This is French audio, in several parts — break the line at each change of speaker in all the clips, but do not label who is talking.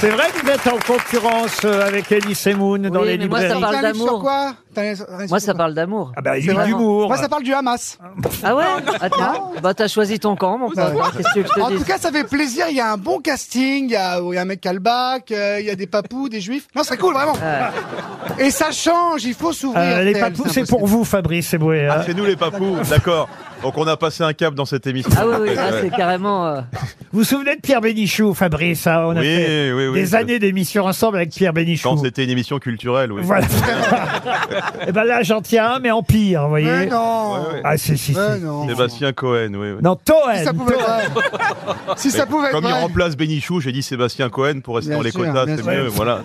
C'est vrai que vous êtes en concurrence euh, avec Elie Semoun dans
Oui,
les
mais moi, ça
librairies.
parle
T'as un livre sur
d'amour.
quoi T'as un- un-
Moi,
sur
ça
quoi
parle d'amour.
Ah bah, il y
C'est
a
vrai.
de l'humour.
Moi, ça parle du Hamas.
Ah ouais Attends, bah t'as choisi ton camp, mon pote. hein. Qu'est-ce que tu veux que je
En
te
tout
dise
cas, ça fait plaisir. Il y a un bon casting. Il y a, il y a un mec albac. euh, Il y a des papous, des juifs. Non, c'est cool, vraiment. Et ça change. Il faut s'ouvrir.
Euh, les
RTL,
papous, c'est
impossible.
pour vous, Fabrice Eboué. hein.
Ah, c'est nous les papous, d'accord. Donc on a passé un cap dans cette émission.
Ah oui, oui, là,
Ouais.
c'est carrément... euh,
vous vous souvenez de Pierre Bénichou, Fabrice hein On a
Oui,
fait
oui, oui.
des années d'émissions ensemble avec Pierre Bénichou.
Quand c'était une émission culturelle, oui.
Voilà. Et ben là, j'en tiens un, mais en pire, vous
Mais
voyez.
non.
Ouais, ouais.
Ah, si, si, si.
Mais non.
Sébastien Cohen, oui. oui.
Non, Toen.
Si ça pouvait
Toen.
être vrai. Si ça pouvait être
Comme il
vrai.
remplace Bénichou, j'ai dit Sébastien Cohen pour rester
Bien
dans les
sûr,
quotas,
bien
c'est
sûr.
mieux, voilà.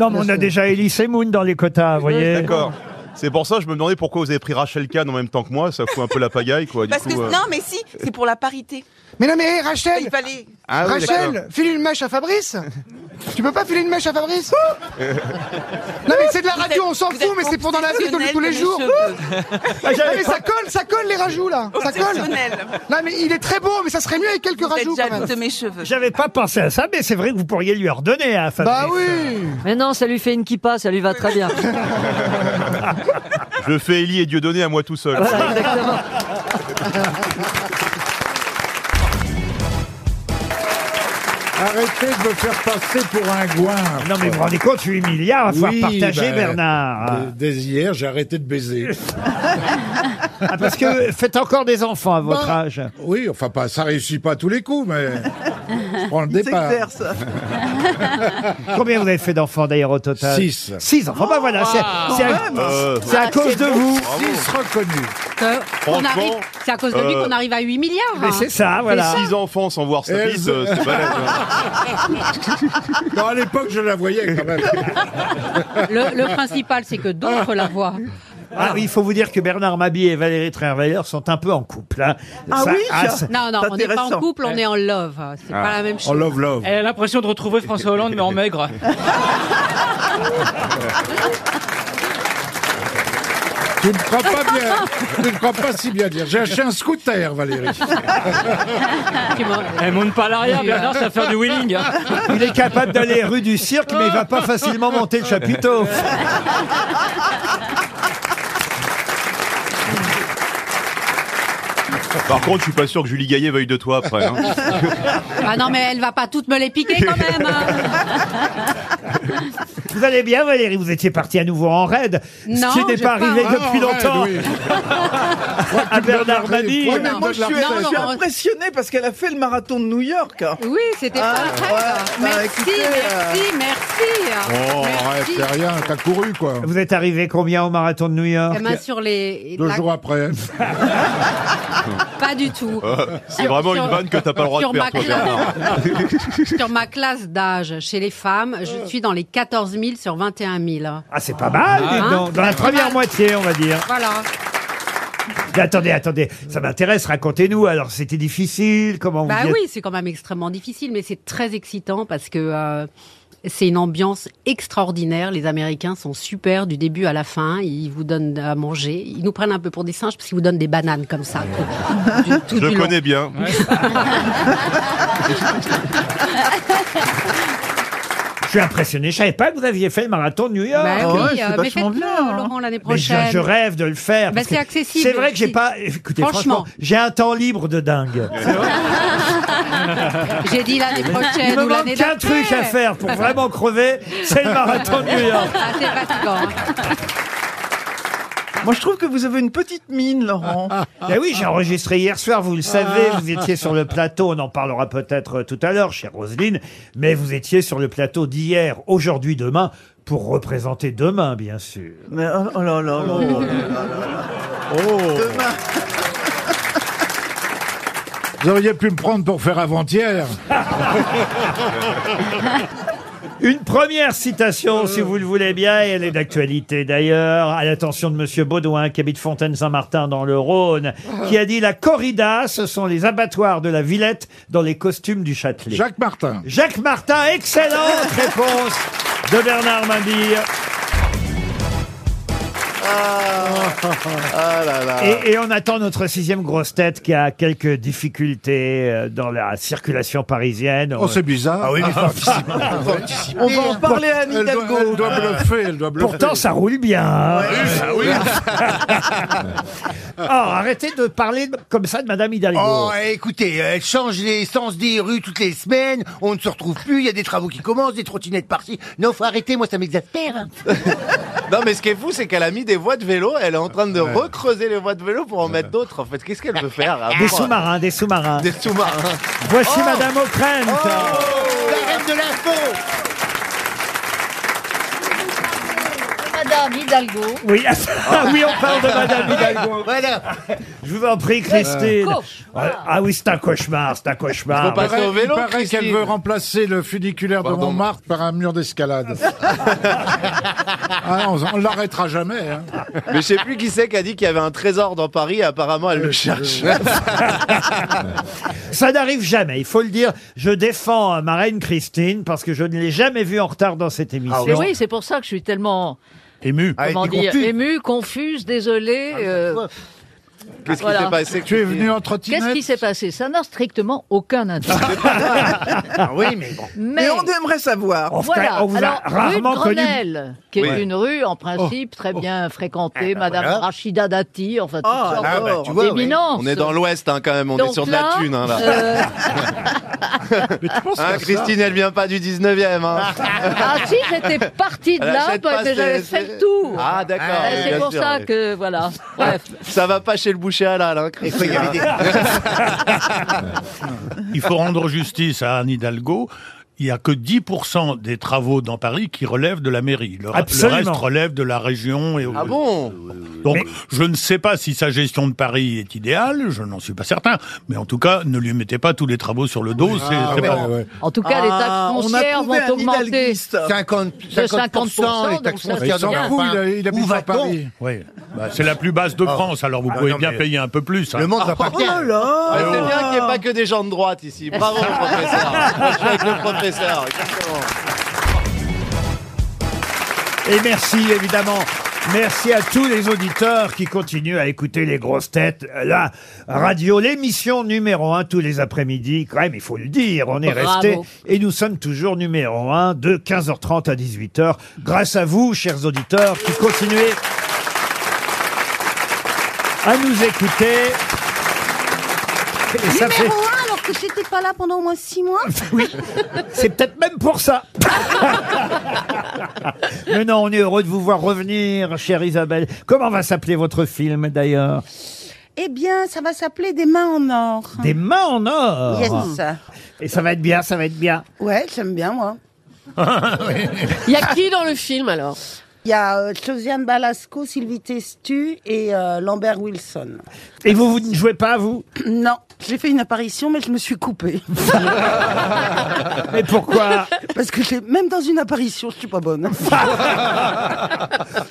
Non, mais
Bien
on a
sûr.
déjà Elie Semoun dans les quotas, vous voyez.
D'accord. C'est pour ça que je me demandais pourquoi vous avez pris Rachel Kahn en même temps que moi, ça fout un peu la pagaille, quoi. Du
Parce que
coup, euh,
non, mais si, c'est pour la parité.
Mais non, mais hey,
Il
Rachel.
fallait.
Ah oui, d'accord.
Rachel, file une mèche à Fabrice. tu peux pas filer une mèche à Fabrice Non, mais c'est de la radio. On s'en
Vous êtes
fout, mais c'est pour dans la vie de tous les
obsessionnel
jours.
de mes
Non,
cheveux.
Ah, j'avais
mais
pas-
ça colle, ça colle les rajouts là. Ça colle.
Obsessionnel.
Non, mais il est très beau, mais ça serait mieux avec quelques
Vous
rajouts
êtes
quand
jaloux
même.
de mes cheveux.
J'avais pas pensé à ça, mais c'est vrai que vous pourriez lui ordonner à Fabrice.
Bah oui.
Mais non, ça lui fait une kippa, ça lui va très bien.
Je fais Élie et Dieudonné à moi tout seul.
Voilà, exactement.
Arrêtez de me faire passer pour un goin.
Non, mais vous vous rendez compte, 8 milliards, à falloir
Oui,
partager,
bah,
Bernard.
euh,
dès- Dès hier, j'ai arrêté de baiser.
Ah, parce que faites encore des enfants à votre
Bah,
âge.
Oui, enfin, pas, ça réussit pas à tous les coups, mais je prends le départ.
Combien vous avez fait d'enfants d'ailleurs au total
Six.
Six enfants. bah voilà, c'est c'est à,
Euh,
c'est à cause de vous.
Six reconnus.
On
Franchement,
arrive, c'est à cause de lui
euh,
qu'on arrive à 8 milliards.
Mais
hein.
c'est ça, voilà.
Six enfants sans voir sa
Elles-
bite, euh, c'est balèze. hein.
Non, à l'époque, je la voyais quand même.
Le, le principal, c'est que d'autres la voient.
Ah oui, il faut vous dire que Bernard Mabie et Valérie Trierweiler sont un peu en couple. hein. Ça- Ah oui
Non, non, on n'est pas en couple, on est en love. C'est
Ah.
pas la même
En
chose.
love, love.
Elle a l'impression de retrouver François Hollande, mais en maigre.
Tu ne crois pas bien. Tu ne crois pas si bien dire. J'ai acheté un scooter, Valérie.
Effectivement.
Elle monte pas à l'arrière, Bernard, ça va faire du wheeling. hein.
Il est capable d'aller rue du cirque, mais il va pas facilement monter le chapiteau.
Par contre, je suis pas sûr que Julie Gaillet veuille de toi après. hein.
Ah non, mais elle va pas toutes me les piquer quand même. hein.
Vous allez bien, Valérie Vous étiez parti à nouveau en raid.
Non,
ce qui n'est
j'ai
pas
pas-
arrivé
Ah,
depuis
en raid,
longtemps
oui.
à Bernard
donnerais-
Mabie.
Ouais,
mais
moi, je suis-
Non,
Je suis
non,
impressionné parce qu'elle a fait le marathon de New York.
Oui, c'était pas
Ah,
vrai.
ouais, bah,
merci,
écoutez, euh,
merci, merci, hein.
Oh, arrête,
merci.
c'est rien. T'as couru, quoi.
Vous êtes arrivé combien au marathon de New York
La main Eh ben, sur les.
Deux
la-
jours après.
Pas du tout.
Euh, C'est vraiment une vanne que t'as pas le droit de
Sur
faire,
ma
toi, Bernard.
classe- sur ma classe d'âge chez les femmes,
Euh.
je suis dans les 14 000 sur 21 000.
Ah, c'est pas mal, dis
Hein
donc. dans la
C'est pas
première
mal.
moitié, on va dire.
Voilà.
Mais attendez, attendez, ça m'intéresse, racontez-nous. Alors, c'était difficile, comment vous
Bah
y êtes-
oui, c'est quand même extrêmement difficile, mais c'est très excitant parce que euh, c'est une ambiance extraordinaire. Les Américains sont super du début à la fin. Ils vous donnent à manger. Ils nous prennent un peu pour des singes parce qu'ils vous donnent des bananes comme ça. tout- tout- tout
Je
du long.
connais bien.
Je suis impressionné, je savais pas que vous aviez fait le marathon de New York.
Bah
Ah ouais,
oui,
c'est
euh, mais
vachement
faites-le,
bien, hein.
Laurent, l'année
Mais je,
prochaine.
je rêve de le faire.
Bah,
parce
c'est
que
accessible
C'est vrai que j'ai
aussi.
pas. Écoutez, franchement,
Franchement.
j'ai un temps libre de dingue.
J'ai dit l'année
Il
prochaine
me
ou l'année
manque qu'un
d'après.
truc à faire pour vraiment crever, c'est le marathon de New York.
Ah, c'est fatigant. hein.
Moi, je trouve que vous avez une petite mine, Laurent.
Eh oui, j'ai enregistré hier soir, vous le savez, vous étiez sur le plateau, on en parlera peut-être euh, tout à l'heure, chère Roselyne, mais vous étiez sur le plateau d'hier, aujourd'hui, demain, pour représenter demain, bien sûr.
Mais oh, oh là là, oh là là là là. Demain.
Vous auriez pu me prendre pour faire avant-hier.
Une première citation, si vous le voulez bien, et elle est d'actualité d'ailleurs, à l'attention de Monsieur Baudouin, qui habite Fontaine-Saint-Martin dans le Rhône, qui a dit « La corrida, ce sont les abattoirs de la Villette dans les costumes du Châtelet ».
Jacques Martin.
Jacques Martin, excellente réponse de Bernard Mabille.
Oh
Ah là là.
Et, et on attend notre sixième grosse tête qui a quelques difficultés euh, dans la circulation parisienne.
Oh, c'est bizarre.
Ah oui, mais faut anticiper.
On va en parler à Anne
Elle doit,
Hidalgo.
elle doit bluffer, elle doit bluffer. Ah
Pourtant, ça roule bien. hein.
oui.
Alors, Oh, arrêtez de parler de- comme ça de Madame Hidalgo.
Oh, écoutez,
euh,
elle change les sens des rues toutes les semaines, on ne se retrouve plus, il y a des travaux qui commencent, des trottinettes par-ci. Non, faut arrêter, moi ça m'exaspère.
Non, mais ce qui est fou, c'est qu'elle a mis des voies de vélo, elle est en train de recreuser les voies de vélo pour en mettre d'autres. En fait, qu'est-ce qu'elle veut faire à
Des
part-
sous-marins, des sous-marins.
Des sous-marins.
Voici Madame O'Krent.
Oh
Oh.
La reine de l'info
Madame Hidalgo.
Oui, ah oui, on parle de Madame Hidalgo.
Voilà
Je vous en prie, Christine.
Cochon.
Ah ah oui, c'est un cauchemar, c'est un cauchemar.
Faut pas-
Pareil,
Ah, bah, Au vélo,
il paraît qu'elle
Christine.
veut remplacer le funiculaire de
Pardon.
Montmartre par un mur d'escalade. Ah, on on l'arrêtera jamais. hein.
Mais je sais plus qui c'est qui a dit qu'il y avait un trésor dans Paris, et apparemment, elle le cherche.
Ça n'arrive jamais, il faut le dire. Je défends euh, ma reine Christine parce que je ne l'ai jamais vue en retard dans cette émission.
Mais oui, c'est pour ça que je suis tellement
Ému.
Ah, elle
comment
était Ah,
dire,
confuse.
émue, confuse, désolée. euh,
Qu'est-ce qui
Voilà.
s'est passé
Tu es venu en
Qu'est-ce qui
trottinette
s'est passé Ça n'a strictement aucun
Ah,
intérêt.
Ah Oui, mais bon.
Mais
Mais on aimerait savoir.
Enfin,
voilà.
on vous a
Alors,
rarement
rue de
connu.
Grenelle, qui est
Oui. Oh. Ah,
une rue en principe très bien
ben
fréquentée, Madame Rachida Dati, enfin toutes
Ah,
sortes
Ah, bah, tu vois, oui.
d'éminences.
On est dans l'Ouest hein, quand même, on
Donc
est sur de
là,
la thune. Hein, là.
euh,
Mais tu penses
Hein,
qu'à ça
Christine, elle vient pas du 19e. Hein.
ah si, j'étais partie de
Elle
là,
achète pas
mais j'avais
ses-
fait le tour.
Ah d'accord.
Euh,
oui,
c'est
bien
pour
sûr,
ça
oui.
que voilà. Bref.
Ça va pas chez le boucher à l'âle, hein,
Et quoi, il y
Christine.
avait des-
Il faut rendre justice à Anne Hidalgo. Il n'y a que 10% des travaux dans Paris qui relèvent de la mairie. Le, le
Absolument.
reste relève de la région. Et,
Ah bon
Donc,
Mais-
je ne sais pas si sa gestion de Paris est idéale, je n'en suis pas certain. Mais en tout cas, ne lui mettez pas tous les travaux sur le dos. c'est-
Ah,
c'est
ouais,
pas-
ouais.
En tout cas, les
Ah,
taxes
on a
foncières
trouvé
vont
un
augmenter.
hidalguiste.
50, 50% les
donc
taxes
ça,
Mais Il
foncières de
s'en
Regarde,
fout,
l'enfin.
il, a- il habite
Où
pas
va-t-on
Paris.
Oui. Bah, c'est la plus basse de France, alors vous pouvez
non,
bien
mais-
payer un peu plus. hein.
Le monde va
Oh là là
Ah, C'est bien qu'il n'y ait pas que des gens de droite ici. Bravo le professeur. Je suis avec le professeur. exactement.
Et merci évidemment. Merci à tous les auditeurs qui continuent à écouter les grosses têtes. euh, La radio, l'émission numéro un tous les après-midi. Quand même, il faut le dire, on est
Bravo.
resté et nous sommes toujours numéro un de 15h30 à 18h. Grâce à vous, chers auditeurs, qui continuez à nous écouter. Et ça fait,
un alors que j'étais pas là pendant au moins six mois.
c'est peut-être même pour ça. Mais non, on est heureux de vous voir revenir, chère Isabelle. Comment va s'appeler votre film d'ailleurs
Eh bien, ça va s'appeler des mains en or.
Hein
Des mains en or. Et ça va être bien, ça va être bien.
Ouais, j'aime bien moi. Il y a qui dans le film alors
Il y a euh, Josiane Balasco, Sylvie Testu et euh, Lambert Wilson.
Et vous, vous ne jouez pas, vous
Non, j'ai fait une apparition, mais je me suis coupée.
Mais pourquoi
Parce que j'ai- même dans une apparition, je suis pas bonne.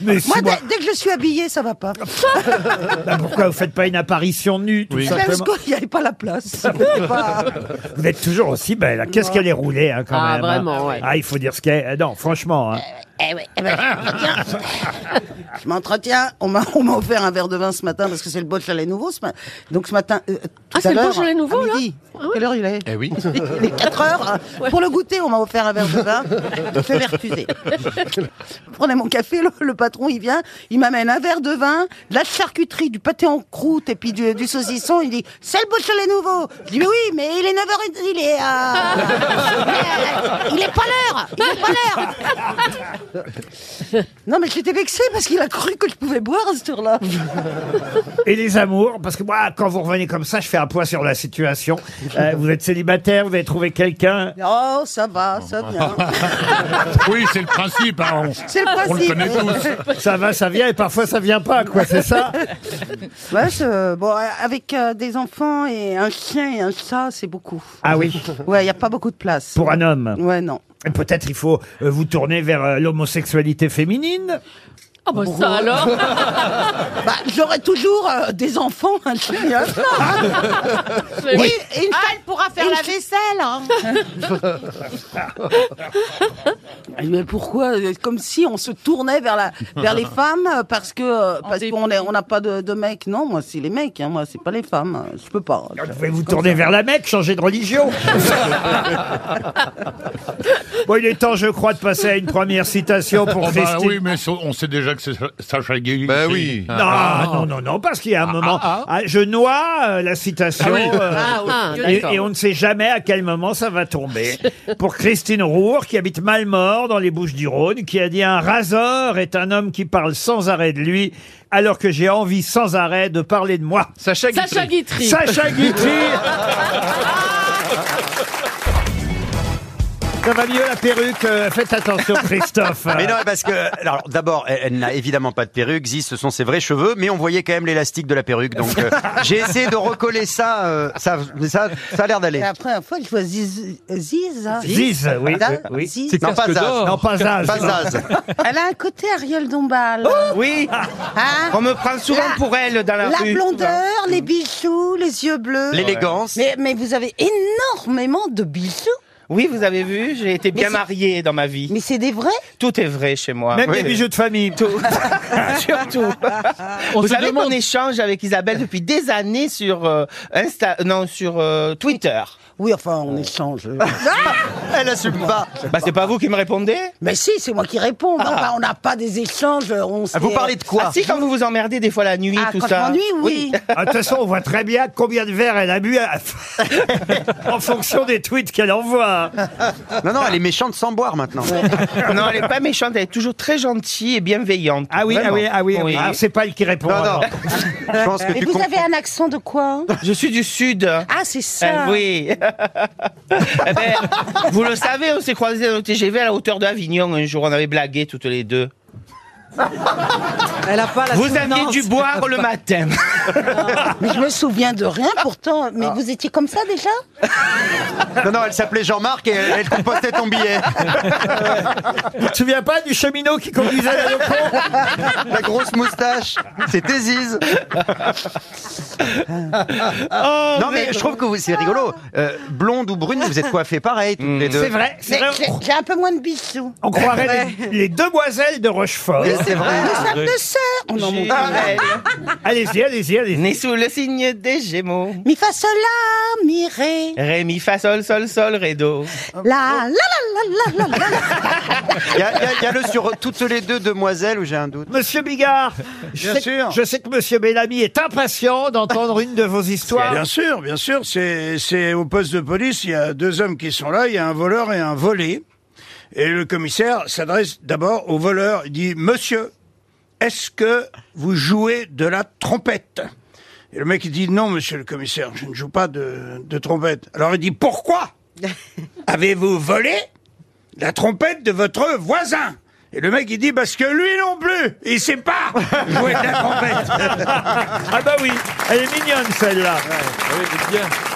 Mais si,
Moi,
moi-
dès, dès que je suis habillée, ça va pas.
bah, pourquoi vous faites pas une apparition nue, tout
Parce
simplement
qu'il n'y avait pas la place. C'était pas-
Vous êtes toujours aussi belle. hein. Qu'est-ce qu'elle est roulée, hein, quand
Ah,
même. hein.
vraiment, ouais.
Ah, il faut dire ce qu'elle est. Non, franchement. hein.
Eh oui, eh ben, je m'entretiens. je m'entretiens. On m'a, on m'a offert un verre de vin ce matin parce que c'est le Beaujolais nouveau. Ce ma- Donc ce matin. euh, tout
Ah, c'est
à
le
l'heure,
Beaujolais nouveau,
à
là Ah
midi. Quelle heure il est
Eh oui.
Il est 4 heures. Pour le goûter, on m'a offert un verre de vin. Je vais refuser. Je prenais mon café, le, le patron, il vient, il m'amène un verre de vin, de la charcuterie, du pâté en croûte et puis du, du saucisson. Il dit C'est le Beaujolais nouveau Je dis Mais oui, mais il est 9 heures et- Il est à. Mais, euh, il est pas l'heure Il est pas l'heure Non, mais j'étais vexée parce qu'il a cru que je pouvais boire à cette heure-là.
Et les amours, parce que moi, quand vous revenez comme ça, je fais un point sur la situation. Euh, vous êtes célibataire, vous avez trouvé quelqu'un.
Oh, ça va, ça
bah.
vient.
Oui, c'est le principe. hein, on-
C'est le
On le connaît
principe.
tous.
Ça va, ça vient, et parfois ça vient pas, quoi, c'est ça
Ouais, je- bon, euh, avec euh, des enfants et un chien et un chat, c'est beaucoup.
Ah oui,
Ouais, il n'y a pas beaucoup de place.
pour un homme.
Ouais, non.
Et Peut-être il faut euh, vous tourner vers euh, l'homosexualité féminine.
Ah bah
euh,
ça alors
Bah, j'aurai toujours euh, des enfants, un chien et un chat.
Oui.
Et une
elle pourra faire la vaisselle.
Ah, Mais pourquoi euh, Comme si on se tournait vers la, vers les femmes euh, parce que euh, parce qu'on est, on n'a pas de, de mecs. Non, moi c'est les mecs. hein, moi c'est pas les femmes. euh, Je peux pas.
Vous pouvez vous tourner vers la Mecque, changer de religion. bon, il est temps, je crois, de passer à une première citation pour
Oh, bah
Christine.
oui, mais so- on sait déjà que c'est Sa- Sacha Guitry.
oui. Non, non, non, non, parce qu'il y a un moment, Ah, je noie euh, la citation euh,
Ah oui.
Euh,
Ah, oui,
et-
d'accord.
et, on ne sait jamais à quel moment ça va tomber. Pour Christine Roure, qui habite Malmort dans les Bouches-du-Rhône, qui a dit un raseur est un homme qui parle sans arrêt de lui, alors que j'ai envie sans arrêt de parler de moi. Sacha
Guitry. Sacha Guitry.
Sacha Guitry. Ça va mieux la perruque, euh, faites attention Christophe.
Mais non, parce que, alors d'abord, elle, elle n'a évidemment pas de perruque, Ziz, ce sont ses vrais cheveux, mais on voyait quand même l'élastique de la perruque, donc euh, j'ai essayé de recoller ça, euh, ça, mais ça, ça a l'air d'aller.
Et la première fois, je vois Ziz. Ziz, hein.
Ziz, oui,
Zaz,
oui.
Ziz.
C'est Non, pas Casque Zaz. d'Or. Non, pas Zaz. Pas Zaz.
Elle a un côté Ariel Dombal.
Oui.
Hein
On me prend souvent
La-
pour elle dans la,
la
rue.
blondeur, les bijoux, Mm. les yeux bleus.
L'élégance.
Mais, mais vous avez énormément de bijoux.
Oui, vous avez vu, j'ai été
Mais
bien
c'est-
marié dans ma vie. Mais
c'est des vrais
Tout est vrai chez moi.
Ah,
Même les bijoux de famille.
Surtout. vous savez qu'on échange avec Isabelle depuis des années sur euh, Insta, non sur euh, Twitter.
Oui, enfin, on échange.
Elle assume pas. Bah c'est pas vous qui me répondez.
Mais si, c'est moi qui réponds. Bah, bah, on n'a pas des échanges. On s'est-
Ah si, quand vous vous emmerdez des fois la nuit,
Ah,
tout
quand je
ça.
m'ennuie, oui.
Ah, De toute façon, on voit très bien combien de verres elle a bu à- en fonction des tweets qu'elle envoie. hein.
Non, non, elle est méchante sans boire maintenant.
non, elle est pas méchante, elle est toujours très gentille et bienveillante.
Ah oui, ah oui, ah oui, ah oui. Ah, c'est pas elle qui répond. alors.
Je pense que
Mais
tu
vous
comprends.
avez un accent de quoi hein
Je suis du Sud.
Ah, c'est ça.
Eh oui. Eh ben, vous le savez, on s'est croisés dans le TGV à la hauteur de Avignon un jour. On avait blagué toutes les deux.
Elle a pas
vous aviez dû boire le matin.
Mais je me souviens de rien pourtant. Mais vous étiez comme ça déjà
Non, non, elle s'appelait Jean-Marc et elle, elle compostait ton billet.
Tu te souviens pas du cheminot qui conduisait la
Lopon La grosse moustache, c'était Ziz.
Oh,
non, mais je trouve que vous- c'est rigolo. Euh, blonde ou brune, vous êtes coiffés pareil, toutes
Hmm.
les deux.
Mais j'ai- J'ai un peu moins de bijoux.
On croirait les, les demoiselles de Rochefort.
Mais c'est vrai.
Nous sommes deux sœurs. Oh non, mon Dieu.
Allez-y, allez-y, allez-y.
Né sous le signe des Gémeaux.
Mi fa sol la mi ré.
Ré, mi, fa, sol, sol, sol, ré, do.
La la la la la la la.
Il y, a- il y a- il y a le sur toutes les deux demoiselles où j'ai un doute.
Monsieur Bigard, je
Bien
sais,
sûr.
je sais que Monsieur Bellamy est impatient d'entendre une de vos histoires.
Bien sûr, bien sûr. C'est c'est au poste de police, il y a deux hommes qui sont là, il y a un voleur et un volé. Et le commissaire s'adresse d'abord au voleur. Il dit Monsieur, est-ce que vous jouez de la trompette Et le mec il dit Non, monsieur le commissaire, je ne joue pas de, de trompette. Alors il dit Pourquoi Avez-vous volé la trompette de votre voisin et le mec il dit parce que lui non plus, il sait pas jouer de la trompette.
ah bah oui, elle est mignonne celle-là.
Oui, bien.